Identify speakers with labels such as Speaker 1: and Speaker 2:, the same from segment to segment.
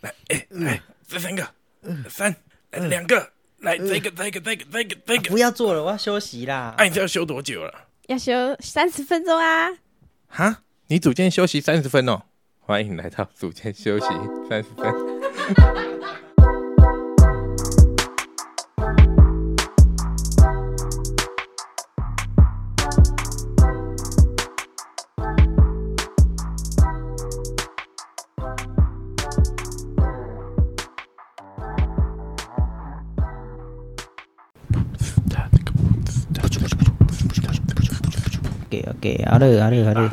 Speaker 1: 来，哎，来，这三个，三，来两个，来这个，这个，这个，这个，这
Speaker 2: 不
Speaker 1: 个。
Speaker 2: 要做了，我要休息啦。
Speaker 1: 哎，你这要休多久了？
Speaker 3: 要休三十分钟啊！
Speaker 1: 哈，你组间休息三十分哦。欢迎来到组间休息三十分。
Speaker 2: OK OK，好了好了好了，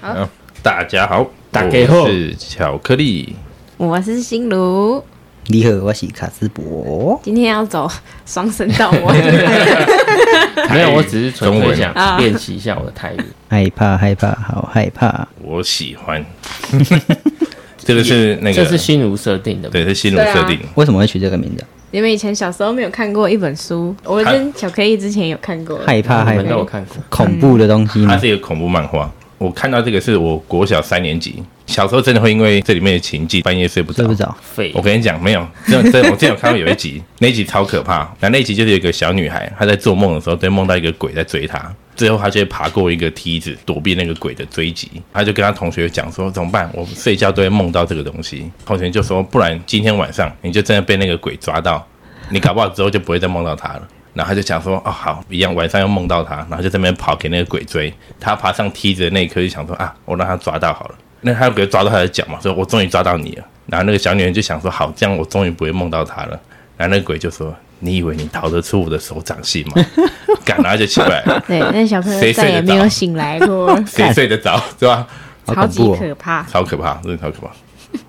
Speaker 1: 好，大家好，
Speaker 4: 大家好
Speaker 1: 我是巧克力。
Speaker 3: 我是心如，
Speaker 2: 你好，我是卡斯伯。
Speaker 3: 今天要走双声道我
Speaker 4: 没有，我只是纯粹
Speaker 1: 中
Speaker 3: 啊
Speaker 4: 想练习一下我的 泰语。
Speaker 2: 害怕害怕，好害怕。
Speaker 1: 我喜 欢。这个是那
Speaker 4: 这
Speaker 1: 个，
Speaker 4: 是心如设定的，
Speaker 1: 对，啊是心如设定。
Speaker 2: 为什么会取这个名字？
Speaker 3: 你们以前小时候没有看过一本书，我跟巧克力之前有看过。
Speaker 2: 害怕
Speaker 4: 你
Speaker 2: 害
Speaker 4: 们都有
Speaker 2: 怕，
Speaker 4: 看过。
Speaker 2: 恐怖的东西
Speaker 1: 它
Speaker 2: 吗？
Speaker 1: 是一个恐怖漫画。我看到这个是我国小三年级，小时候真的会因为这里面的情境半夜睡不着
Speaker 2: 睡。不着，
Speaker 4: 废
Speaker 1: 我，跟你讲，没有，真的真的，我之前有看到有一集， 那一集超可怕。那那一集就是有一个小女孩，她在做梦的时候，对梦到一个鬼在追她，最后她就会爬过一个梯子躲避那个鬼的追击。她就跟她同学讲说：“怎么办？我睡觉都会梦到这个东西。”同学就说：“不然今天晚上你就真的被那个鬼抓到，你搞不好之后就不会再梦到他了。”然后他就想说，哦好，一样晚上又梦到他，然后就在那边跑给那个鬼追。他爬上梯子的那一刻就想说啊，我让他抓到好了。那他鬼抓到他的脚嘛，说我终于抓到你了。然后那个小女人就想说，好，这样我终于不会梦到他了。然后那个鬼就说，你以为你逃得出我的手掌心吗？干，然后就起来 了，
Speaker 3: 对，那小朋友
Speaker 1: 谁睡
Speaker 3: 再
Speaker 1: 得
Speaker 3: 也没有
Speaker 1: 着
Speaker 3: 醒来过，
Speaker 1: 谁睡得着是吧？
Speaker 2: 好
Speaker 3: 超
Speaker 2: 恐
Speaker 3: 级
Speaker 2: 怖哦。
Speaker 3: 可怕。
Speaker 1: 超可怕，真的超可怕。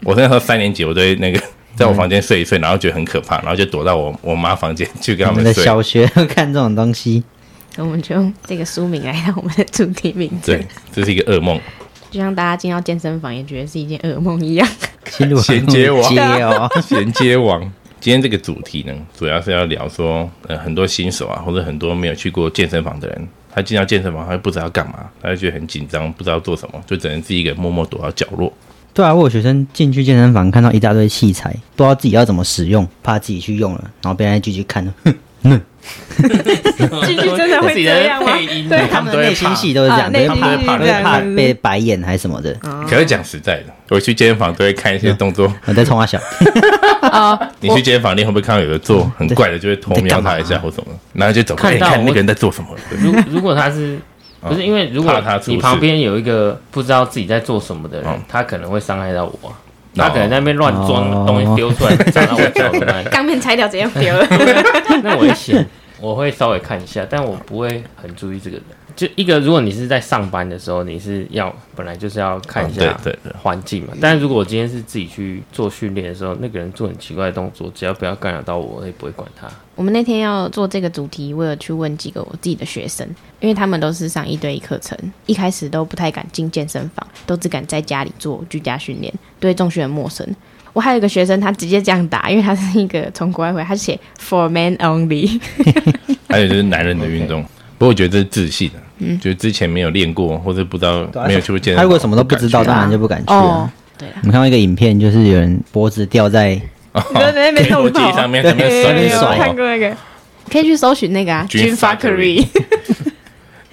Speaker 1: 我那时候三年级，我对那个
Speaker 2: 嗯
Speaker 1: 在我房间睡一睡，然后觉得很可怕，然后就躲到我我妈房间去跟他
Speaker 2: 我们
Speaker 1: 们
Speaker 2: 的
Speaker 1: 睡。
Speaker 2: 小学看这种东 西，
Speaker 3: 那我们就用这个书名来当我们的主题名字，
Speaker 1: 对，这是一个噩梦。
Speaker 3: 就像大家进到健身房也觉得是一件噩梦一样。
Speaker 2: 新入
Speaker 1: 衔接 我
Speaker 2: 接哦。
Speaker 1: 衔接王。今天这个主题呢，主要是要聊说，呃，很多新手啊，或者很多没有去过健身房的人，他进到健身房，他不知道干嘛，他就觉得很紧张，不知道做什么，就只能自己一个人默默躲到角落。
Speaker 2: 对啊，我有学生进去健身房看到一大堆器材，不知道自己要怎么使用，怕自己去用了，然后被人家拒绝看了。
Speaker 3: 句 句真的会这样吗
Speaker 4: 自己的配音
Speaker 3: 对
Speaker 2: 他们的内心戏都是这样，嗯
Speaker 3: 啊内
Speaker 2: 都
Speaker 3: 心
Speaker 2: 会
Speaker 3: 戏
Speaker 2: 怕都
Speaker 3: 是这
Speaker 2: 会
Speaker 3: 样
Speaker 2: 怕
Speaker 3: 子
Speaker 2: 被白眼还是什么的。
Speaker 1: 可是讲实在的，我去健身房都会看一些动作。
Speaker 2: 我在冲他笑，
Speaker 1: 你去健身房，你会不会看到有人做很怪的，就会偷瞄他一下或什么，然后就走过来
Speaker 4: 看到
Speaker 1: 哎看那
Speaker 4: 我
Speaker 1: 个人在做什么。对
Speaker 4: 如如果他 是。不是因为，如
Speaker 1: 啊怕
Speaker 4: 果
Speaker 1: 他出事哦
Speaker 4: 你旁边有一个不知道自己在做什么的人，他可能会伤害到我啊。他可能在那边乱
Speaker 2: 哦
Speaker 4: 装东西丢 出来，砸到我脚的那一
Speaker 3: 钢片拆掉直接丢了。
Speaker 4: 那我也行，我会稍微看一下，但我不会很注意这个人。就一个，如果你是在上班的时候，你是要本来就是要看一
Speaker 1: 啊
Speaker 2: 哦
Speaker 4: 下
Speaker 1: 对对对
Speaker 4: 环境嘛。但如果我今天是自己去做训练的时候，那个人做很奇怪的动作，只要不要干扰到我，我也不会管他。
Speaker 3: 我们那天要做这个主题，我有去问几个我自己的学生，因为他们都是上一对一课程，一开始都不太敢进健身房，都只敢在家里做居家训练，对重训很陌生。我还有一个学生，他直接这样打，因为他是一个从国外回来，他写 for men only，
Speaker 1: 还有就是男人的运动，不过我觉得这是自信的，就是之前没有练过或者不知道没有去过健身房，
Speaker 2: 他如果什么都不知道，
Speaker 1: 敢去
Speaker 2: 当然就不敢去啊。，
Speaker 3: 对啦
Speaker 2: 我，们看到一个影片，就是有人脖子吊
Speaker 3: 啊
Speaker 2: 在，
Speaker 3: 你在那边
Speaker 1: 国
Speaker 3: 弄
Speaker 1: 际
Speaker 3: 到，
Speaker 1: 上面上面
Speaker 2: 有有
Speaker 1: 甩
Speaker 2: 有
Speaker 1: 甩
Speaker 2: 我
Speaker 1: 哦
Speaker 3: 看过那个，可以去搜寻那个啊
Speaker 1: Gym
Speaker 3: ，Gym Factory，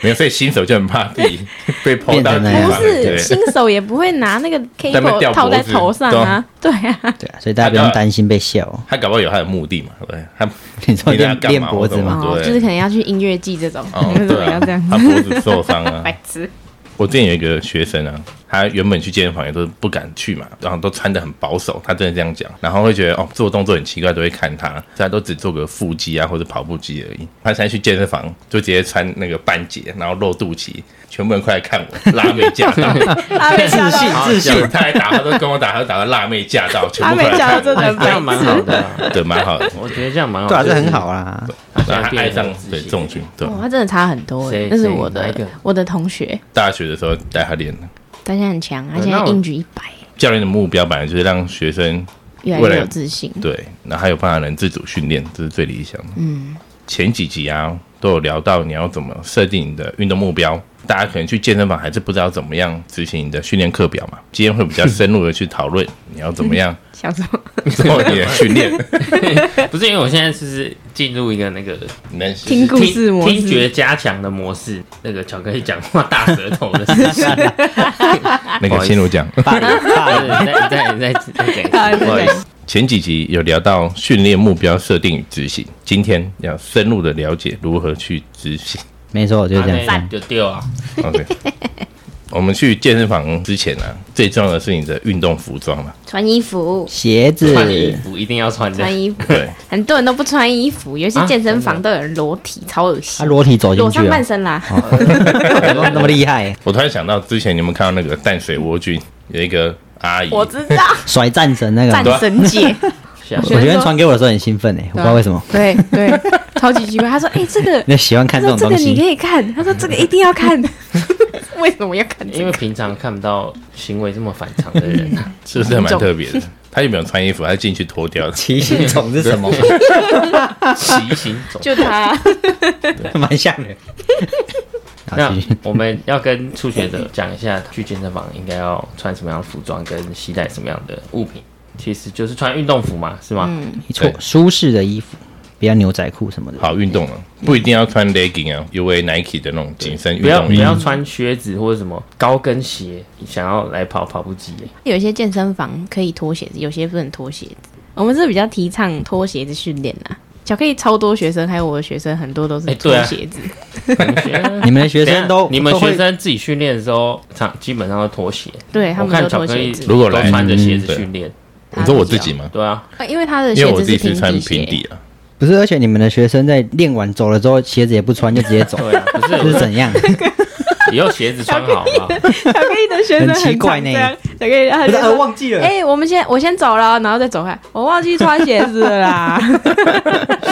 Speaker 1: 没有，所以新手就很怕自 己被碰到
Speaker 2: 变成
Speaker 1: 地
Speaker 2: 那
Speaker 1: 方
Speaker 2: 样
Speaker 3: 不
Speaker 1: 了，
Speaker 3: 是
Speaker 1: 对，
Speaker 3: 新手也不会拿那个
Speaker 1: 在那边
Speaker 3: cable
Speaker 1: 吊脖子
Speaker 3: 套在头上啊，对啊，
Speaker 2: 对啊，所以大家不用担心被笑。
Speaker 1: 他搞不好有他的目的嘛，对，他
Speaker 2: 你说
Speaker 1: 你在
Speaker 2: 练
Speaker 1: 干嘛
Speaker 2: 练脖子
Speaker 1: 我懂
Speaker 2: 吗？
Speaker 1: 啊
Speaker 3: 哦，
Speaker 1: 对
Speaker 3: 就是可能要去音乐季这种，
Speaker 1: 哦
Speaker 3: 为什
Speaker 1: 对
Speaker 3: 么
Speaker 1: 啊
Speaker 3: 要这样，
Speaker 1: 他脖子受伤
Speaker 4: 嗯
Speaker 1: 啊。
Speaker 3: 白痴。
Speaker 1: 我之前有一个学生啊，他原本去健身房也都不敢去嘛，然后都穿的很保守，他真的这样讲，然后会觉得哦做动作很奇怪，都会看他，所以他都只做个腹肌啊或者跑步机而已。他现在去健身房就直接穿那个半截，然后露肚脐，全部人快来看我，辣妹驾 到，
Speaker 3: 阿 美吓到，
Speaker 1: 自信，他还打，他都跟我打，他都打到辣妹驾到，全部快来看
Speaker 3: 真
Speaker 1: 我，
Speaker 3: 的
Speaker 4: 哎这样蛮好的啊、
Speaker 1: 对，蛮好的。
Speaker 4: 我觉得这样蛮好
Speaker 2: 对
Speaker 4: 的，
Speaker 2: 啊，这很好啦。
Speaker 4: 就是。
Speaker 1: 然后他爱上对
Speaker 4: 对
Speaker 1: 重训，对，
Speaker 3: 哇，他真的差很多哎
Speaker 4: 谁，
Speaker 3: 那是
Speaker 4: 谁
Speaker 3: 我
Speaker 4: 哪一
Speaker 3: 的
Speaker 4: 个
Speaker 3: 我的同学，
Speaker 1: 大学的时候带他练的。
Speaker 3: 他现在很强，他
Speaker 4: 对
Speaker 3: 现在
Speaker 4: 那我
Speaker 3: 硬举一百，
Speaker 1: 教练的目标本来就是让学生
Speaker 3: 越来
Speaker 1: 未来
Speaker 3: 越有自信。
Speaker 1: 对，然后还有办法能自主训练，这是最理想的。嗯，前几集啊都有聊到你要怎么设定你的运动目标，大家可能去健身房还是不知道怎么样执行你的训练课表嘛。今天会比较深入的去讨论你要怎么样
Speaker 3: 想说
Speaker 1: 做你的训练，
Speaker 4: 不是因为我现在就是进入一个那个
Speaker 1: 你能
Speaker 3: 听故事模式
Speaker 4: 听听觉加强的模式，那个巧克力讲话大舌头 的事情，
Speaker 1: 那个心如讲，
Speaker 2: 大人大人
Speaker 4: 再再再再讲一次，不好意思，
Speaker 1: 前几集有聊到训练目标设定与执行，今天要深入的了解如何去执行。
Speaker 2: 没错，我就是这样
Speaker 4: 啊
Speaker 2: 想。
Speaker 4: 就丢啊，
Speaker 1: OK，我们去健身房之前啊，最重要的是你的运动服装嘛。
Speaker 3: 穿衣 服，
Speaker 2: 鞋子
Speaker 4: 穿衣服一定要穿的
Speaker 3: 穿，衣服，
Speaker 1: 对，
Speaker 3: 很多人都不穿衣服，尤其
Speaker 4: 啊
Speaker 3: 健身房都有人裸体，超恶
Speaker 2: 他
Speaker 3: 心，
Speaker 2: 裸体走进
Speaker 3: 裸
Speaker 2: 去
Speaker 3: 上
Speaker 2: 了
Speaker 3: 半，身啦，
Speaker 4: 哦
Speaker 2: 那么厉害，
Speaker 1: 我突然想到之前你们看到那个淡水蜗居有一个阿姨，
Speaker 3: 我知道，
Speaker 2: 甩战神那
Speaker 3: 战
Speaker 2: 个。
Speaker 4: 啊
Speaker 3: 神姐，
Speaker 4: 像
Speaker 2: 我昨天传给我的时候很兴奋哎，我不知道为什么，
Speaker 3: 对啊对，超级奇怪，他说，哎，这 个，
Speaker 2: 你喜欢
Speaker 3: 他
Speaker 2: 看这
Speaker 3: 说
Speaker 2: 种东
Speaker 3: 这个你可
Speaker 2: 西。
Speaker 3: 以看，他说这个一定要看，为什么要看这
Speaker 4: 因为
Speaker 3: 个？
Speaker 4: 平常看不到行为这么反常的 人啊，
Speaker 1: 是不是还蛮特别的？她有没有穿衣服？她进去脱掉的，
Speaker 2: 骑行种是 什么？
Speaker 4: 骑行种。
Speaker 3: 就他，啊
Speaker 2: 蛮像的。好
Speaker 4: 那
Speaker 2: 继续
Speaker 4: 我们要跟初学者讲一下，去健身房应该要穿什么样的服装，跟携带什么样的物品，其实就是穿运动服嘛，是吗？
Speaker 3: 嗯
Speaker 2: 没错，舒适的衣服，不要牛仔裤什么的。
Speaker 1: 好运动啊，不一定要穿 legging 啊，因为 Nike 的那种紧身运
Speaker 4: 不要
Speaker 1: 动
Speaker 4: 不
Speaker 1: 衣。
Speaker 4: 要穿靴子或者什么高跟鞋，想要来跑跑步机耶，
Speaker 3: 有些健身房可以脱鞋子，有些不能脱鞋子。我们是比较提倡脱鞋子训练啦。巧克力超多学生，还有我的学生，很多都是
Speaker 4: 哎
Speaker 3: 脱
Speaker 4: 对啊
Speaker 3: 鞋子。
Speaker 2: 你们的学
Speaker 4: 等一下
Speaker 2: 生
Speaker 3: 啊
Speaker 2: 都
Speaker 4: 你们
Speaker 2: 都会
Speaker 4: 学生自己训练的时候，常基本上都脱鞋。
Speaker 3: 对他
Speaker 4: 我
Speaker 3: 们
Speaker 4: 看
Speaker 3: 都
Speaker 4: 巧
Speaker 3: 脱
Speaker 4: 克力
Speaker 3: 鞋子，
Speaker 1: 如果
Speaker 4: 都
Speaker 1: 来
Speaker 4: 穿着鞋
Speaker 1: 嗯
Speaker 4: 子
Speaker 1: 对
Speaker 4: 训练，
Speaker 1: 你说我自己吗？
Speaker 4: 对啊，
Speaker 3: 啊因为他的
Speaker 1: 因
Speaker 3: 鞋
Speaker 1: 为我
Speaker 3: 子
Speaker 1: 自己
Speaker 3: 是
Speaker 1: 是穿平
Speaker 3: 底
Speaker 1: 底
Speaker 3: 鞋，
Speaker 1: 啊，
Speaker 2: 不是，而且你们的学生在练完走了之后，鞋子也不穿就直接走，
Speaker 4: 对啊，不
Speaker 2: 这是
Speaker 4: 是
Speaker 2: 怎样？
Speaker 4: 以后鞋子穿好 嘛？
Speaker 3: 巧克力的学生
Speaker 2: 很奇
Speaker 3: 常
Speaker 2: 怪呢
Speaker 3: 这样巧克力 他
Speaker 2: 不，
Speaker 3: 就是说
Speaker 2: 呃，忘记了。
Speaker 3: 哎、我们先我先走了，然后再走回来。我忘记穿鞋子了啦，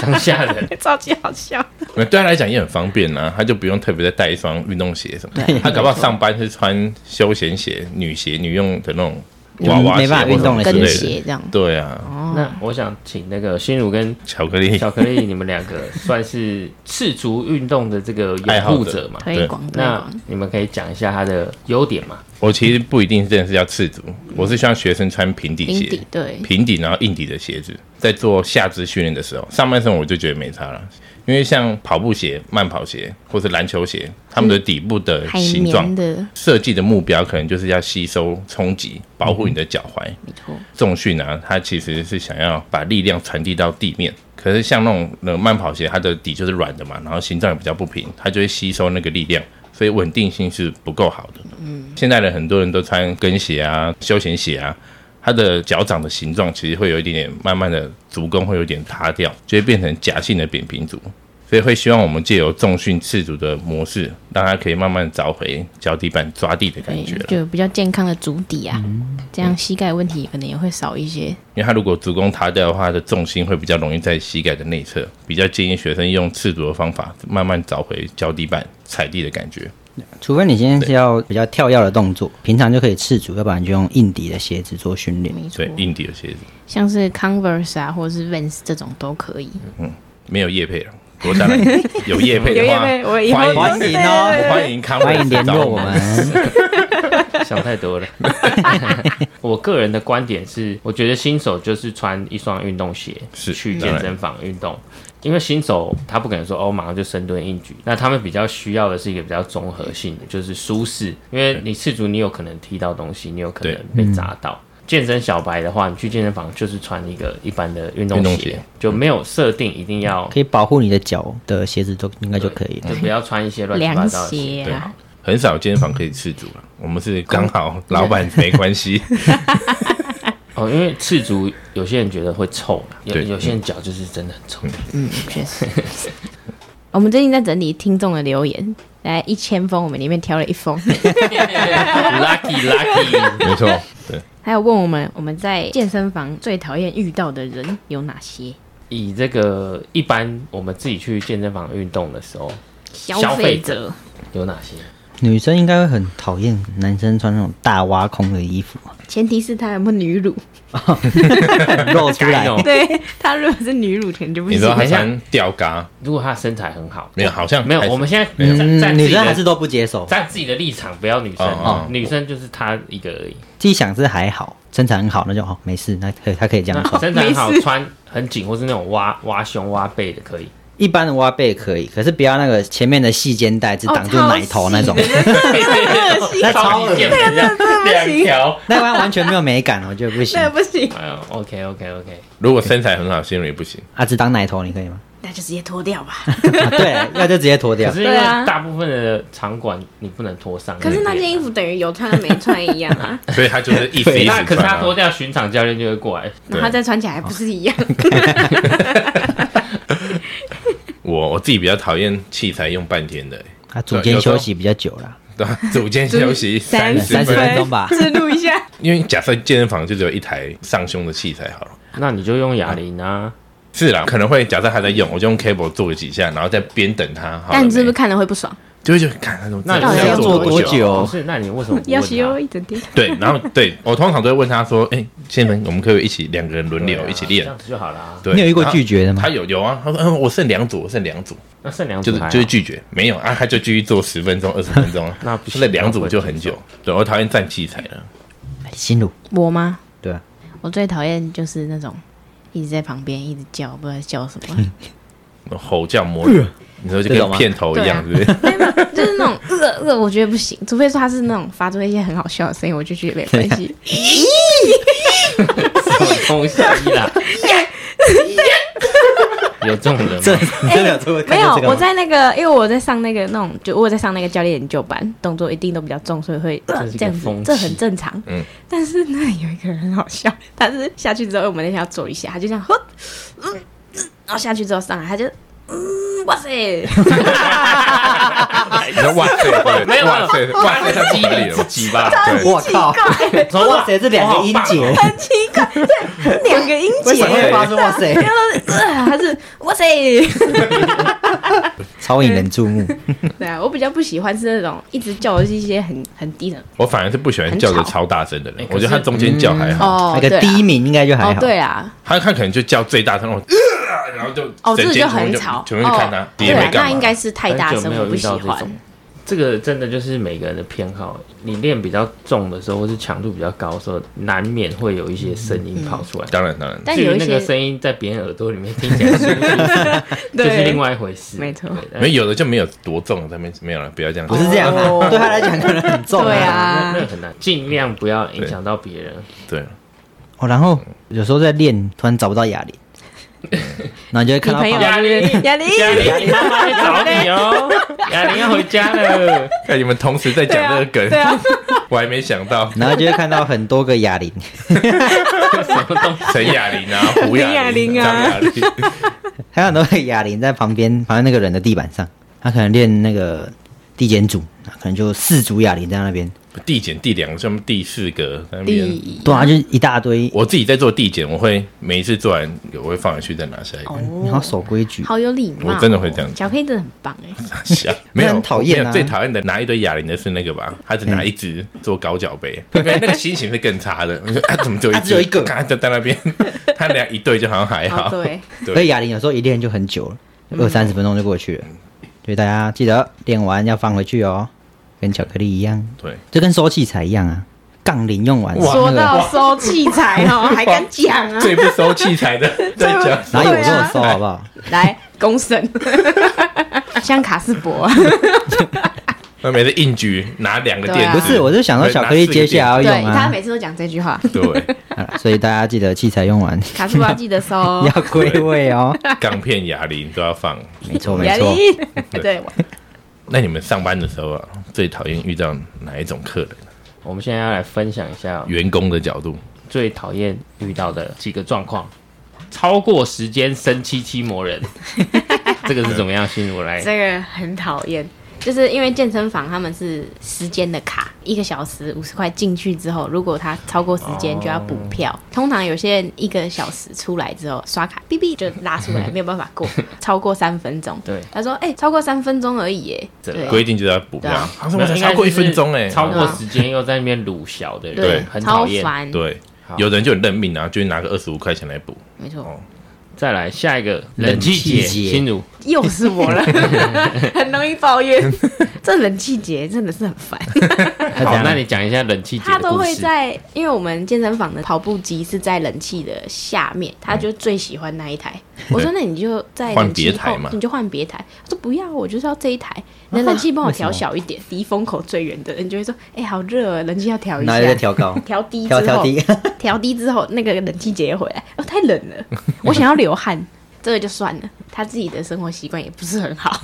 Speaker 4: 乡下人
Speaker 3: 超级好笑。
Speaker 1: 那对他来讲也很方便啊，他就不用特别再带一双运动鞋什么的。他搞不好上班是穿休闲鞋、女鞋、女用的那种娃娃
Speaker 2: 没
Speaker 1: 鞋
Speaker 2: 办法
Speaker 1: 或
Speaker 2: 运
Speaker 1: 什
Speaker 2: 动
Speaker 1: 么之
Speaker 2: 了对
Speaker 3: 跟
Speaker 2: 对
Speaker 1: 类
Speaker 3: 鞋
Speaker 1: 的。
Speaker 3: 这样，
Speaker 1: 对啊，
Speaker 4: 那我想请那个心如跟
Speaker 1: 巧克力
Speaker 4: 巧克力，你们两个算是赤足运动的这个
Speaker 1: 爱
Speaker 4: 拥
Speaker 1: 好者
Speaker 4: 护者嘛？
Speaker 3: 推广推
Speaker 4: 那
Speaker 3: 广。
Speaker 4: 你们可以讲一下它的优点嘛？
Speaker 1: 我其实不一定真的是要赤足，我是希望学生穿平底
Speaker 3: 嗯平
Speaker 1: 鞋，
Speaker 3: 底对
Speaker 1: 平底然后硬底的鞋子，在做下肢训练的时候，上半身我就觉得没差了，因为像跑步鞋、慢跑鞋或是篮球鞋，它们的底部的
Speaker 3: 嗯海
Speaker 1: 形
Speaker 3: 绵
Speaker 1: 状
Speaker 3: 的，
Speaker 1: 设计的目标，可能就是要吸收冲击，保护你的脚踝。
Speaker 3: 没错，
Speaker 1: 重训啊，它其实是想要把力量传递到地面。可是像那种呃慢跑鞋，它的底就是软的嘛，然后形状也比较不平，它就会吸收那个力量，所以稳定性是不够好的。嗯，现在的很多人都穿跟鞋啊、休闲鞋啊，它的脚掌的形状其实会有一点点，慢慢的足弓会有点塌掉，就会变成假性的扁平足。所以会希望我们借由重训次足的模式，让它可以慢慢找回脚底板抓地的感
Speaker 3: 对
Speaker 1: 觉，了。
Speaker 3: 就有比较健康的足底啊，
Speaker 4: 嗯
Speaker 3: 这样膝盖问题可能也会少一些。
Speaker 1: 因为它如果足弓塌掉的话，它的重心会比较容易在膝盖的内侧，比较建议学生用赤足的方法，慢慢找回脚底板踩地的感觉。
Speaker 2: 除非你今天是要比较跳跃的动作，平常就可以赤足，要不然你就用硬底的鞋子做训练。
Speaker 3: 没错
Speaker 1: 对，，硬底的鞋子
Speaker 3: 像是 Converse 啊，或者是 Vans 这种都可以。
Speaker 1: 没有叶配了，我当然 有叶配的话，
Speaker 3: 我
Speaker 1: 欢迎
Speaker 2: 欢迎哦，
Speaker 1: 欢迎康
Speaker 2: 欢迎联络我
Speaker 1: 们。
Speaker 2: 们。
Speaker 4: 想太 多了。我个人的观点是，我觉得新手就是穿一双运动鞋
Speaker 1: 是
Speaker 4: 去
Speaker 1: 当
Speaker 4: 健
Speaker 1: 然
Speaker 4: 身房运动，因为新手他不可能说哦，马上就深蹲硬举，那他们比较需要的是一个比较综合性的，就是舒适，因为你赤足你有可能踢到东西，你有可能
Speaker 1: 对
Speaker 4: 被砸到。健身小白的话，你去健身房就是穿一个一般的运动
Speaker 1: 运动
Speaker 4: 鞋
Speaker 1: 鞋，
Speaker 4: 就没有设定一定要
Speaker 2: 可以保护你的脚的鞋子都应该就可以了。
Speaker 4: 就不要穿一些乱七八糟的鞋。
Speaker 3: 凉鞋啊
Speaker 1: 很少健身房可以赤足了，我们是刚好老板没关 系，
Speaker 4: 哦，因为赤足有些人觉得会臭啦，有
Speaker 1: 对嗯
Speaker 4: 有些人脚就是真的很臭。
Speaker 3: 嗯， 确实。我们最近在整理听众的留言，来一千封，我们里面挑了一 封，
Speaker 4: lucky lucky，
Speaker 1: 没错，对，
Speaker 3: 还有问我们我们在健身房最讨厌遇到的人有哪些？
Speaker 4: 以这个一般我们自己去健身房运动的时候，
Speaker 3: 消
Speaker 4: 消费
Speaker 3: 费者
Speaker 4: 有哪些？
Speaker 2: 女生应该会很讨厌男生穿那种大挖空的衣 服啊，
Speaker 3: 前提是他有没有女乳，
Speaker 2: 露出来
Speaker 4: 该。哦
Speaker 3: 对他如果是女乳，可能就不
Speaker 1: 你
Speaker 3: 行
Speaker 1: 知。道他
Speaker 4: 等一下
Speaker 1: 穿吊嘎
Speaker 4: 如果他身材很好，
Speaker 1: 没有？好像
Speaker 4: 没有
Speaker 1: 还，是
Speaker 4: 我们现在站
Speaker 2: 嗯，
Speaker 4: 站自
Speaker 2: 女
Speaker 4: 己
Speaker 2: 生还是
Speaker 4: 的
Speaker 2: 都不接受，
Speaker 4: 站自己的立场，不要女生
Speaker 1: 哦哦，
Speaker 4: 女生就是他一个而已。
Speaker 2: 自己想是还好，身材很好，那就哦没事，那可以他可以这样
Speaker 4: 那
Speaker 2: 穿。
Speaker 4: 身材好
Speaker 3: 没事
Speaker 4: 穿很紧，或是那种挖挖胸挖背的可以。
Speaker 2: 一般的挖背可以，可是不要那个前面的细肩带只
Speaker 3: 哦
Speaker 2: 挡住奶头那种
Speaker 3: 超，细的 那个
Speaker 2: 那
Speaker 3: 细
Speaker 2: 超恶心
Speaker 4: 两条。
Speaker 2: 那完完全没有美感，我觉得不 行
Speaker 3: 那。个不行，
Speaker 4: 哎呦，OK OK OK，
Speaker 1: 如果身材很好，心里不行。
Speaker 2: 啊，只挡奶头你可以吗？
Speaker 3: 那就直接脱掉吧。
Speaker 2: 啊对，要就直接脱
Speaker 4: 可
Speaker 2: 掉。
Speaker 4: 是因为
Speaker 3: 对啊
Speaker 4: 大部分的场馆你不能脱上，
Speaker 3: 可是那件衣服等于有穿没穿一样啊，
Speaker 1: 所以他就是一时一时
Speaker 4: 对那可是
Speaker 1: 穿
Speaker 4: 他脱
Speaker 1: 啊。
Speaker 4: 掉，巡场教练就会过来。
Speaker 1: 对
Speaker 3: 然后再穿起来还不是 一样？
Speaker 1: 我我自己比较讨厌器材用半天的、欸
Speaker 2: 啊，组间休息比较久啦，
Speaker 1: 对吧，组间休息三十
Speaker 2: 30
Speaker 1: 分
Speaker 2: 分
Speaker 1: 钟，
Speaker 2: 钟吧
Speaker 3: 记录一下。
Speaker 1: 因为假设健身房就只有一台上胸的器材好了。
Speaker 4: 那你就用哑铃啊，
Speaker 1: 是啦，可能会假设他在用，我就用 cable 做几下，然后再边等他。好了
Speaker 3: 但你是不
Speaker 1: 没
Speaker 3: 是看了会不爽？
Speaker 1: 就会觉得看他怎么
Speaker 4: 那
Speaker 1: 这样
Speaker 4: 你
Speaker 2: 底要
Speaker 1: 做
Speaker 2: 做多久
Speaker 4: 不哦是，那你为什么 不
Speaker 3: 要
Speaker 4: 问啊
Speaker 3: 洗哦
Speaker 4: 他？
Speaker 3: 一整天，
Speaker 1: 对，然后对我通常都会问他说：“哎、先生，我们可不可以一起两个人轮
Speaker 4: 对
Speaker 1: 流
Speaker 4: 啊
Speaker 1: 一起
Speaker 4: 这
Speaker 1: 练
Speaker 4: 样子就好啊啦？”。
Speaker 1: 对，
Speaker 2: 你有遇过拒绝的
Speaker 1: 然后
Speaker 2: 吗
Speaker 1: 他？有有啊，他说：“嗯，我剩两组，我剩两组。”
Speaker 4: 那剩两组
Speaker 1: 就
Speaker 4: 啊
Speaker 1: 是
Speaker 4: 还好，
Speaker 1: 就是 拒绝，没有啊，他就继续做十分钟、二十分钟 啊
Speaker 4: 那不行
Speaker 1: 那两组就很久。对，我讨厌站器材了，
Speaker 2: 心如，
Speaker 3: 我吗？
Speaker 2: 对啊，
Speaker 3: 我最讨厌就是那种一直在旁边一直叫，不知道在叫什
Speaker 1: 嗯
Speaker 3: 么，
Speaker 1: 吼叫魔人，你说就
Speaker 2: 哎这
Speaker 1: 跟
Speaker 2: 种吗
Speaker 1: 片头一样，是不是？
Speaker 3: 就是那种呃呃，我觉得不行，除非说他是那种发出一些很好笑的声音，我就觉得没关系。
Speaker 4: 什么东西啦？ 有这种人吗？
Speaker 2: 真的有做过看
Speaker 3: 没有
Speaker 2: 过这，个
Speaker 3: 我
Speaker 2: 吗？
Speaker 3: 在那个，因为我在上那个那种，就我有在上那个教练研究班，动作一定都比较重，所以会、呃
Speaker 4: 这是一个
Speaker 3: 这样子
Speaker 4: 风，气
Speaker 3: 这很正常。
Speaker 1: 嗯
Speaker 3: 但是那里有一个人很好笑， 他是下去之后，因为我们那天要做一下，他就这样， 呵，嗯，嗯然后下去之后上来，他就，嗯，哇塞，
Speaker 1: 你说哇塞，对
Speaker 4: 没有
Speaker 1: 哇塞，哇塞，他
Speaker 4: 自
Speaker 1: 鸡
Speaker 4: 己
Speaker 1: 里有
Speaker 4: 自己吧？
Speaker 1: 对，
Speaker 2: 我靠！
Speaker 4: 说
Speaker 2: 哇塞，这两个音节，
Speaker 3: 很奇怪， 对，两个音
Speaker 2: 为
Speaker 3: 节
Speaker 2: 什么，会发出哇塞？
Speaker 3: 然后呃他是哇塞，
Speaker 2: 超引人注目。
Speaker 3: 对啊，我比较不喜欢是那种一直叫的是一些很很低的，
Speaker 1: 我反而是不喜欢叫的超大声的人
Speaker 4: 很，吵哎
Speaker 1: 我觉得他中间叫还
Speaker 4: 嗯
Speaker 1: 好，
Speaker 3: 哦
Speaker 2: 那个第一名应该就还
Speaker 3: 哦
Speaker 2: 好，，
Speaker 3: 对啊，
Speaker 1: 他他可能就叫最大声，我呃然后就
Speaker 3: 哦，这
Speaker 1: 整
Speaker 3: 个
Speaker 1: 间
Speaker 3: 就
Speaker 1: 全部
Speaker 3: 很
Speaker 1: 就
Speaker 3: 吵，
Speaker 1: 全部就看他
Speaker 3: 哦，
Speaker 1: 你也
Speaker 3: 对啊
Speaker 1: 没，
Speaker 3: 那
Speaker 1: 干
Speaker 3: 应
Speaker 1: 嘛
Speaker 3: 该。是太大
Speaker 4: 很久
Speaker 3: 声，
Speaker 4: 没
Speaker 3: 我
Speaker 4: 有
Speaker 3: 不
Speaker 4: 遇
Speaker 3: 喜
Speaker 4: 到这
Speaker 3: 欢
Speaker 4: 种。。这个真的就是每个人的偏好，你练比较重的时候，或是强度比较高的时候，难免会有一些声音跑出来。
Speaker 1: 当然当然，
Speaker 3: 嗯但
Speaker 4: 至
Speaker 3: 有
Speaker 4: 于
Speaker 3: 一
Speaker 4: 那个
Speaker 3: 些
Speaker 4: 声音在别人耳朵里面听起来是 不是，就是另外一回事。
Speaker 3: 没错
Speaker 4: 对但
Speaker 1: 没有有的就没有多重，他们没有了，不要这样
Speaker 2: 不。是这样
Speaker 3: 哦
Speaker 2: 啊，对他来讲可能很重。
Speaker 3: 对啊
Speaker 4: 那那很难，尽量不要影响到别人。
Speaker 1: 对，
Speaker 2: 哦，然后有时候在练，突然找不到哑铃，然后你就会看到
Speaker 3: 你朋
Speaker 2: 旁
Speaker 3: 友
Speaker 4: 哑铃，
Speaker 3: 哑 铃，
Speaker 4: 哑铃，妈妈来找你哦，哑铃要回家了。
Speaker 1: 看你们同时在讲这个
Speaker 3: 对
Speaker 1: 梗，
Speaker 3: 啊，
Speaker 1: 我还没想到
Speaker 2: 然后就会看到很多个哑铃，
Speaker 1: 陈雅玲啊、胡雅
Speaker 3: 林
Speaker 1: 玲、
Speaker 3: 雅
Speaker 1: 张
Speaker 3: 玲
Speaker 1: 雅玲，
Speaker 2: 还有很多个哑铃在旁边，旁边那个人的地板上，他可能练那个地减组，可能就四组哑铃在那边，
Speaker 1: 递减第两，什么第四个那边。
Speaker 3: 第
Speaker 2: 对啊，就一大堆，
Speaker 1: 我自己在做递减，我会每一次做完，我会放回去再拿下一 个。
Speaker 2: 你好守规矩，
Speaker 3: 好有礼貌，
Speaker 1: 我真的会这样
Speaker 3: 小 K 真的很棒哎，
Speaker 1: 没有
Speaker 2: 很讨厌啊
Speaker 1: 没有最讨厌的拿一堆哑铃的是那个吧，他只拿一只做高脚杯，因为那个心情是更差 的。我说啊，怎么只有一
Speaker 2: 嗯啊
Speaker 1: 只？
Speaker 2: 只有一 个
Speaker 1: 刚才就在那 边，他俩一对就好像还好
Speaker 3: 哦。 对，
Speaker 2: 所以哑铃有时候一练就很久了，
Speaker 3: 嗯
Speaker 2: 二三十分钟就过去了，所以大家记得练完要放回去哦，跟巧克力一样，
Speaker 1: 对，
Speaker 2: 就跟收器材一样啊，杠铃用完，
Speaker 3: 说
Speaker 2: 那个
Speaker 3: 到收器材 哦，还敢讲啊？
Speaker 1: 最不收器材 的在讲
Speaker 2: 哪有
Speaker 3: 对
Speaker 2: 这么
Speaker 3: 啊
Speaker 2: 收好不好？
Speaker 3: 来公 审，像卡斯伯，
Speaker 1: 那每次硬举拿两个
Speaker 3: 对
Speaker 1: 垫
Speaker 3: 啊
Speaker 1: 子，
Speaker 2: 不是，我就想说巧克力接
Speaker 4: 哦
Speaker 2: 下来要
Speaker 3: 对
Speaker 2: 用
Speaker 3: 他
Speaker 2: 啊，
Speaker 3: 每次都讲这句话，
Speaker 1: 对
Speaker 2: 啊 所以大家记得器材用完
Speaker 3: 卡斯伯要记得 收
Speaker 2: 要归位哦，
Speaker 1: 钢片哑铃都要放。
Speaker 2: 没错
Speaker 3: 哑
Speaker 2: 没 错，
Speaker 3: 铃，对，
Speaker 1: 那你们上班的时候啊，最讨厌遇到哪一种客人？
Speaker 4: 我们现在要来分享一下
Speaker 1: 员工的角度，
Speaker 4: 最讨厌遇到的几个状况：超过 时间生七七磨人，这个是怎么样？心如来，
Speaker 3: 这个很讨厌。就是因为健身房他们是时间的卡，一个小时五十块进去之后，如果他超过时间就要补票。
Speaker 4: 哦
Speaker 3: 通常有些人一个小时出来之后刷卡，哔哔就拉出 来，没有办法过，超过三分钟。
Speaker 4: 对
Speaker 3: 他说：“哎、超过三分钟而已耶。”
Speaker 4: 这
Speaker 3: 对，
Speaker 1: 规定就是要补票
Speaker 3: 对啊，
Speaker 1: 他说我才超过一分钟
Speaker 2: 欸
Speaker 1: 哎，
Speaker 4: 超过
Speaker 3: 对啊
Speaker 4: 时间又在那边鲁小的人，
Speaker 1: 对
Speaker 4: 很
Speaker 3: 超
Speaker 4: 讨厌。
Speaker 3: 烦。
Speaker 1: 对
Speaker 4: 好，
Speaker 1: 有的人就很认命啊，就拿个二十五块钱来补，
Speaker 3: 没错，
Speaker 4: 再来下一个冷气节，
Speaker 2: 冷气节
Speaker 4: 心如
Speaker 3: 又是我 了，很容易抱怨。这冷气节真的是很烦。
Speaker 2: 怎
Speaker 4: 好，
Speaker 2: 样
Speaker 4: 那你讲一下冷气节
Speaker 3: 他
Speaker 4: 的
Speaker 3: 都
Speaker 4: 故
Speaker 3: 会
Speaker 4: 事。
Speaker 3: 在，因为我们健身房的跑步机是在冷气的下面，他就最喜欢那一台。我说那你就在
Speaker 1: 换
Speaker 3: 冷气
Speaker 1: 别台
Speaker 3: 后
Speaker 1: 嘛
Speaker 3: 你就换别台。他说不要，我就是要这一台。那冷气帮我调小一点，离风口最远的人就会说，哎、好热、哦，冷气要调一
Speaker 2: 然后就在。
Speaker 3: 下
Speaker 2: 调高，
Speaker 3: 调低之
Speaker 2: 调
Speaker 3: 后，
Speaker 2: 调低，
Speaker 3: 调低之后，那个冷气节又回来，哦，太冷了，我想要流汗，这个就算了。他自己的生活习惯也不是很好，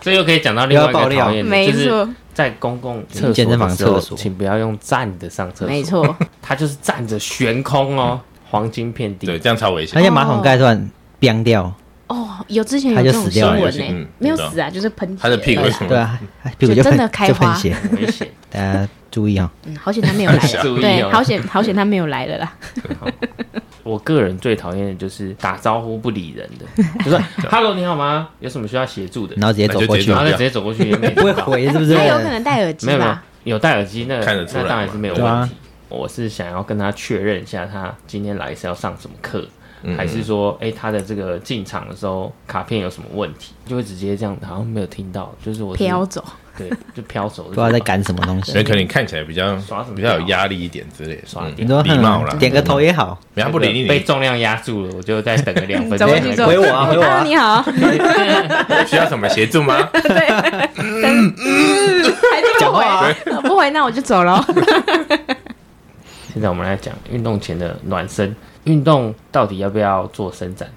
Speaker 4: 这又可以讲到另外一
Speaker 2: 又要
Speaker 4: 个
Speaker 2: 爆料
Speaker 4: 讨厌的，
Speaker 3: 没
Speaker 4: 就是
Speaker 3: 错
Speaker 4: 在公共厕所的
Speaker 2: 健身房
Speaker 4: 时候
Speaker 2: 厕所
Speaker 4: 请不要用站着上 厕
Speaker 3: 没
Speaker 4: 所。
Speaker 3: 错，
Speaker 4: 他就是站着悬空哦，黄金遍地。
Speaker 1: 嗯对，这样超危险
Speaker 2: 而。且马桶盖突然崩掉，
Speaker 3: 哦，有之前有
Speaker 2: 他
Speaker 3: 这
Speaker 2: 就
Speaker 3: 种
Speaker 2: 死
Speaker 3: 新
Speaker 2: 掉了
Speaker 3: 闻
Speaker 1: 有
Speaker 3: 呢、
Speaker 1: 些嗯
Speaker 3: 没有
Speaker 1: 知道
Speaker 3: 死啊，就是喷
Speaker 1: 他的
Speaker 3: 血
Speaker 1: 屁股
Speaker 3: 而
Speaker 1: 为
Speaker 3: 已
Speaker 1: 什么
Speaker 2: 对啊，屁股就
Speaker 3: 就真
Speaker 2: 喷
Speaker 3: 的开
Speaker 2: 就
Speaker 3: 花
Speaker 2: 喷血，
Speaker 4: 很危险。
Speaker 2: 大家注意哦。
Speaker 3: 嗯，好险他没有来
Speaker 4: 注
Speaker 3: 了，
Speaker 4: 意哦
Speaker 3: 对，好险好险他没有来了啦。
Speaker 4: 我个人最讨厌的就是打招呼不理人 的，就说 “Hello，你好吗？有什么需要协助的
Speaker 2: 然？”后直接走过去
Speaker 4: 然
Speaker 1: 那
Speaker 4: 后
Speaker 1: 就
Speaker 4: 再直接走过去，也没
Speaker 2: 不会
Speaker 4: 礼貌
Speaker 2: 回是不是？
Speaker 3: 他有可能戴耳机
Speaker 4: 没有没有
Speaker 3: 吧？，
Speaker 4: 有戴耳机那
Speaker 1: 看得出来
Speaker 4: 那当然
Speaker 1: 嘛
Speaker 4: 是没有
Speaker 2: 对
Speaker 4: 问
Speaker 2: 啊
Speaker 4: 题。我是想要跟他确认一下，他今天来是要上什么课，
Speaker 1: 嗯
Speaker 4: 还是说，哎、他的这个进场的时候卡片有什么问题，就会直接这样，好像没有听到，就是我是
Speaker 3: 飘，走，
Speaker 4: 对，就飘走，不
Speaker 2: 不
Speaker 1: 啊
Speaker 2: 知道在赶什么东
Speaker 1: 所以
Speaker 2: 西。
Speaker 1: 可能你看起来比较
Speaker 4: 耍什么
Speaker 1: 比较有压力一点之类的，
Speaker 4: 耍
Speaker 1: 嗯
Speaker 2: 你说
Speaker 1: 礼貌啦
Speaker 2: 嗯，点个头也好，
Speaker 1: 人家不理你，
Speaker 4: 被重量压住了，我就再等个两 分
Speaker 3: 走
Speaker 4: 钟
Speaker 3: 过
Speaker 4: 才
Speaker 3: 去
Speaker 4: 能
Speaker 3: 之
Speaker 4: 过。
Speaker 3: 后
Speaker 2: 回我啊回我啊
Speaker 3: 啊，你好，
Speaker 1: 你需要什么协助吗？
Speaker 3: 还是
Speaker 2: 讲
Speaker 3: 不
Speaker 2: 话
Speaker 3: 回
Speaker 2: 啊，
Speaker 3: 呃不回那我就走了。
Speaker 4: 现在我们来讲运动前的暖身，运动到底要不要做伸展？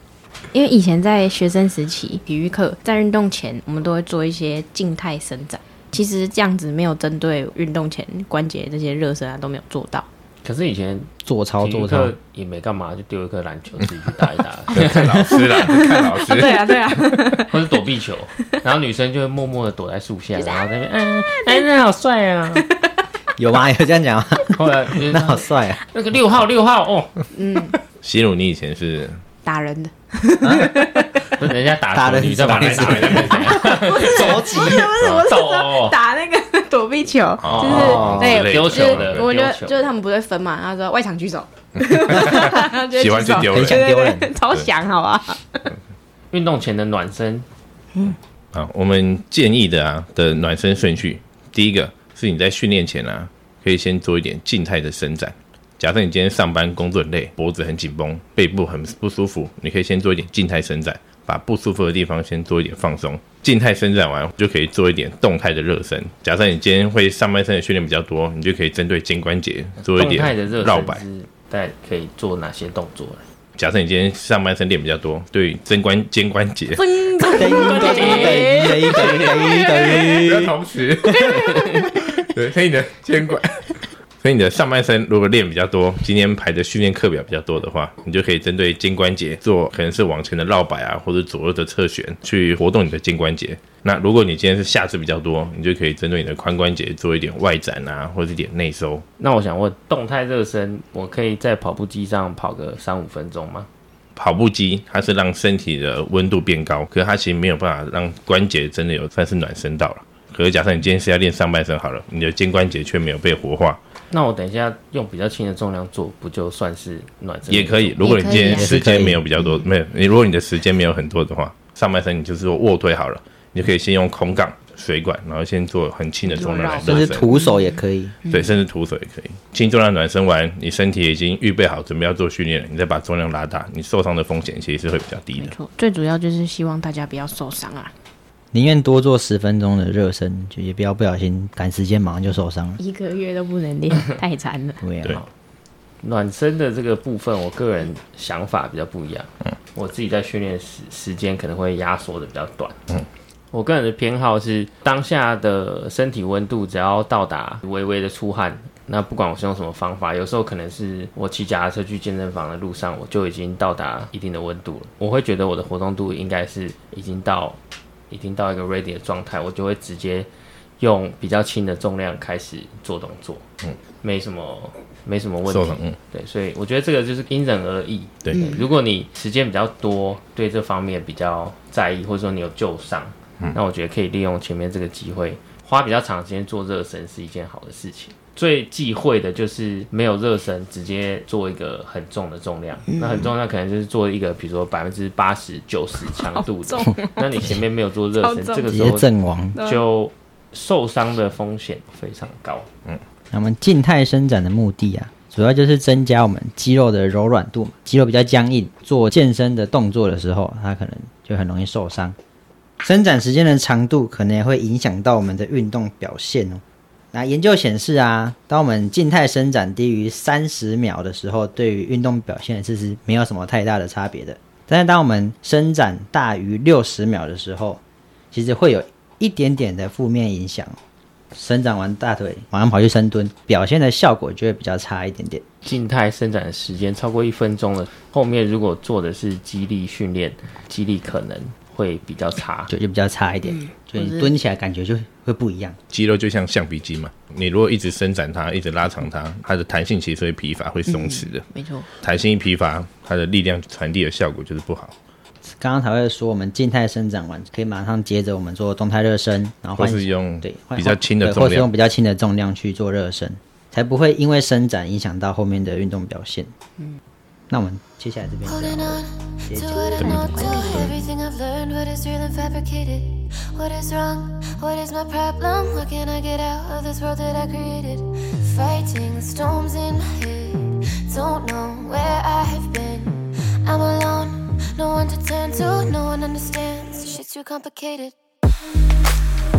Speaker 3: 因为以前在学生时期，体育课在运动前，我们都会做一些静态伸展。其实这样子没有针对运动前关节这些热身啊都没有做到，
Speaker 4: 可是以前
Speaker 2: 做操
Speaker 4: 体育
Speaker 2: 做操
Speaker 4: 课，也没干嘛，就丢一颗篮球自己去打一打，
Speaker 1: 看老师啦，看老师。
Speaker 3: 对啊对啊，
Speaker 4: 或者躲避球，然后女生就会默默的躲在树下，然后在那边，嗯，哎，那好帅啊！
Speaker 2: 有吗？有这样讲吗？
Speaker 4: 后来我就
Speaker 2: 那好帅啊！
Speaker 4: 那个六号六号哦，
Speaker 1: 西鲁，你以前是
Speaker 3: 打人 的，
Speaker 4: 不是人家打
Speaker 2: 打
Speaker 4: 球
Speaker 2: 人
Speaker 4: 女再把人
Speaker 2: 是吧
Speaker 4: 打人，
Speaker 2: 着急，
Speaker 3: 我是
Speaker 4: 走
Speaker 3: 说
Speaker 4: 哦
Speaker 3: 打那个躲避球，就是
Speaker 1: 哦
Speaker 3: 对
Speaker 1: 之类的
Speaker 4: 丢
Speaker 3: 就
Speaker 4: 球
Speaker 3: 是
Speaker 4: 的，
Speaker 3: 我觉得
Speaker 4: 丢球
Speaker 3: 就是他们不会分嘛，他说外场举 手，
Speaker 1: 喜欢去丢人
Speaker 2: 很想
Speaker 3: 对
Speaker 2: 丢
Speaker 3: 对
Speaker 2: 人
Speaker 3: 对， 超想好啊，
Speaker 4: 运动前的暖身，
Speaker 1: 啊，我们建议的啊的暖身顺序，第一个是你在训练前啊，可以先做一点静态的伸展。假设你今天上班工作很累，脖子很紧绷，背部很不舒服，你可以先做一点静态伸展，把不舒服的地方先做一点放松。静态伸展完就可以做一点动态的热身。假设你今天会上半身的训练比较多，你就可以针对肩关节做一
Speaker 4: 动态的
Speaker 1: 点
Speaker 4: 热
Speaker 1: 绕摆
Speaker 4: 身。是在可以做哪些动作？
Speaker 1: 假设你今天上半身练比较多，对肩关肩关节
Speaker 2: 等一等一等一等一等一
Speaker 1: 不要同时。对，所以你的肩管，所以你的上半身如果练比较多，今天排的训练课表比较多的话，你就可以针对肩关节做可能是往前的绕摆啊，或者左右的侧旋去活动你的肩关节。那如果你今天是下肢比较多，你就可以针对你的髋关节做一点外展啊，或者一点内收。
Speaker 4: 那我想问，动态热身，我可以在跑步机上跑个三五分钟吗？
Speaker 1: 跑步机它是让身体的温度变高，可是它其实没有办法让关节真的有算是暖身到了。可是假设你今天是要练上半身好了，你的肩关节却没有被活化，
Speaker 4: 那我等一下用比较轻的重量做，不就算是暖身？
Speaker 1: 也可以。如果你今天时间没有比较多，没有你，如果你的时间没有很多的话，上半身你就是说卧推好了，你就可以先用空杠、水管，然后先做很轻的重量来
Speaker 2: 就
Speaker 1: 暖
Speaker 2: 是
Speaker 1: 身，
Speaker 2: 徒手也可以，
Speaker 1: 对，甚至徒手也可以。轻重量暖身完，你身体已经预备好，准备要做训练了，你再把重量拉大，你受伤的风险其实是会比较低
Speaker 3: 没
Speaker 1: 的。
Speaker 3: 错，最主要就是希望大家不要受伤啊，
Speaker 2: 宁愿多做十分钟的热身，就也不要不小心赶时间马上就受伤了。
Speaker 3: 一个月都不 能练，太惨了。
Speaker 2: 对
Speaker 1: 对
Speaker 2: 啊，
Speaker 4: 暖身的这个部分，我个人想法比较不一样。我自己在训练时时间可能会压缩的比较短。
Speaker 1: 嗯
Speaker 4: 我个人的偏好是当下的身体温度只要到达微微的出汗，那不管我是用什么方法，有时候可能是我骑脚踏车去健身房的路上，我就已经到达一定的温度了。我会觉得我的活动度应该是已经到已经到一个 ready 的状态，我就会直接用比较轻的重量开始做动作，嗯，没什么没什么问
Speaker 1: 受
Speaker 4: 题
Speaker 1: 伤，，嗯，
Speaker 4: 对，所以我觉得这个就是因人而异。
Speaker 1: 对，
Speaker 3: 嗯
Speaker 4: 如果你时间比较多，对这方面比较在意，或者说你有旧伤，
Speaker 3: 嗯
Speaker 4: 那我觉得可以利用前面这个机会，花比较长的时间做热身是一件好的事情。最忌讳的就是没有热身，直接做一个很重的重量。
Speaker 3: 嗯
Speaker 4: 那很重，那可能就是做一个，比如说百分之八十、九十强度的。 那你前面没有做热身，
Speaker 3: 嗯超重
Speaker 4: 这个
Speaker 2: 直
Speaker 4: 时
Speaker 2: 接
Speaker 4: 候
Speaker 2: 阵亡。
Speaker 4: 就受伤的风险非常高。
Speaker 2: 那么静态伸展的目的啊，主要就是增加我们肌肉的柔软度嘛。肌肉比较僵硬，做健身的动作的时候，它可能就很容易受伤。伸展时间的长度可能也会影响到我们的运动表现哦。那研究显示啊，当我们静态伸展低于三十秒的时候，对于运动表现其实没有什么太大的差别的。但是当我们伸展大于六十秒的时候，其实会有一点点的负面影响哦。伸展完大腿，马上跑去深蹲，表现的效果就会比较差一点点。
Speaker 4: 静态伸展的时间超过一分钟了，后面如果做的是肌力训练，肌力可能会比较差。
Speaker 2: 就就比较差一点，所以你蹲起来感觉就会不一样。
Speaker 1: 肌肉就像橡皮筋嘛，你如果一直伸展它，一直拉长它，它的弹性其实会疲乏，会松弛的。
Speaker 3: 没错，
Speaker 1: 弹性一疲乏，它的力量传递的效果就是不好，
Speaker 2: 刚刚才会说我们静态伸展完，可以马上接着我们做动态热身，然后
Speaker 1: 或
Speaker 2: 换
Speaker 1: 是用
Speaker 2: 对换
Speaker 1: 比较轻的
Speaker 2: 对
Speaker 1: 重
Speaker 2: 或是用
Speaker 1: 量。
Speaker 2: 比较轻的重量去做热身，才不会因为伸展影响到后面的运动表现。那我们接下来这边就
Speaker 5: Holding
Speaker 2: 要
Speaker 5: on to what I'm not to everything I've learned, what is real and fabricated. What is wrong? What is my problem? How can I get out of this world that I created? Fighting the storms in my head. Don't know where I have been. I'm alone, no one to turn to, no one understands. Shit's too complicated.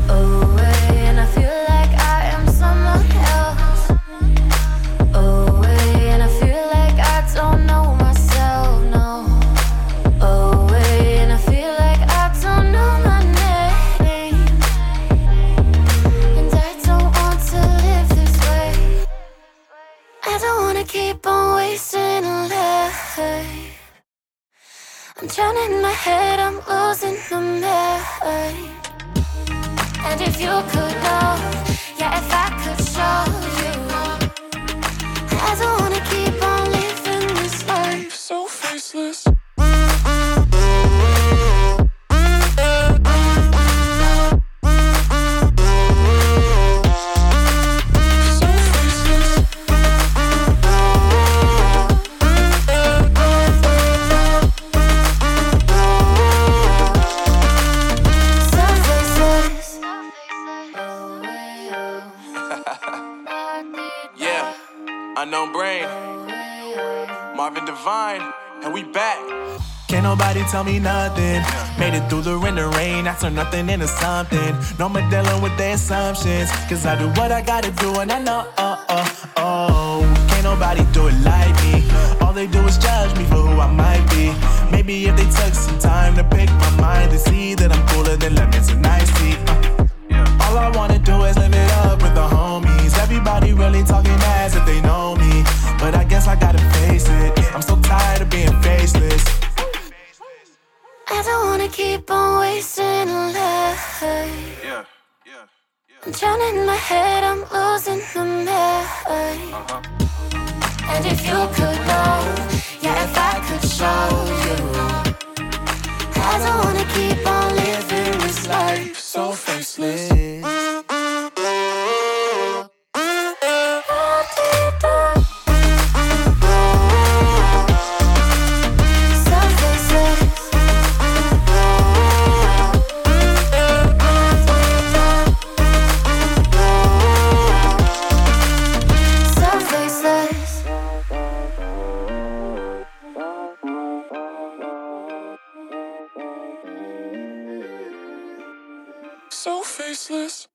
Speaker 5: Away, and I feel like I am someone else. Away, and I feel like I don't know myself, no. Away, and I feel like I don't know my name. And I don't want to live this way. I don't wanna keep on wasting a life. I'm drowning in my head, I'm losing my mind. And if you could know, yeah, if I could show you, I don't wanna keep on living this life so faceless. So faceless. So faceless. Oh, way, oh.
Speaker 6: Yeah, unknown brain, Marvin Devine, and we back.
Speaker 7: Can't nobody tell me nothing. Made it through the rain, the rain. I turned nothing into something. No more dealing with their assumptions. Cause I do what I gotta do, and I know, oh, oh, oh. Can't nobody do it like me. All they do is judge me for who I might be. Maybe if they took some time to pick my mind, they see that I'm cooler than lemons and iced tea. Uh. All I wanna do is live it up with the homies. Everybody really talking as if they know me. But I guess I gotta face it. I'm so tired of being faceless.
Speaker 5: I don't wanna keep on wasting a life.
Speaker 6: Yeah, yeah,
Speaker 5: I'm drowning in my head, I'm losing my mind. And if you could know, yeah, if I could show you, I don't wanna keep on living this life.
Speaker 7: so faceless.
Speaker 5: So faceless. So faceless.
Speaker 6: so faceless.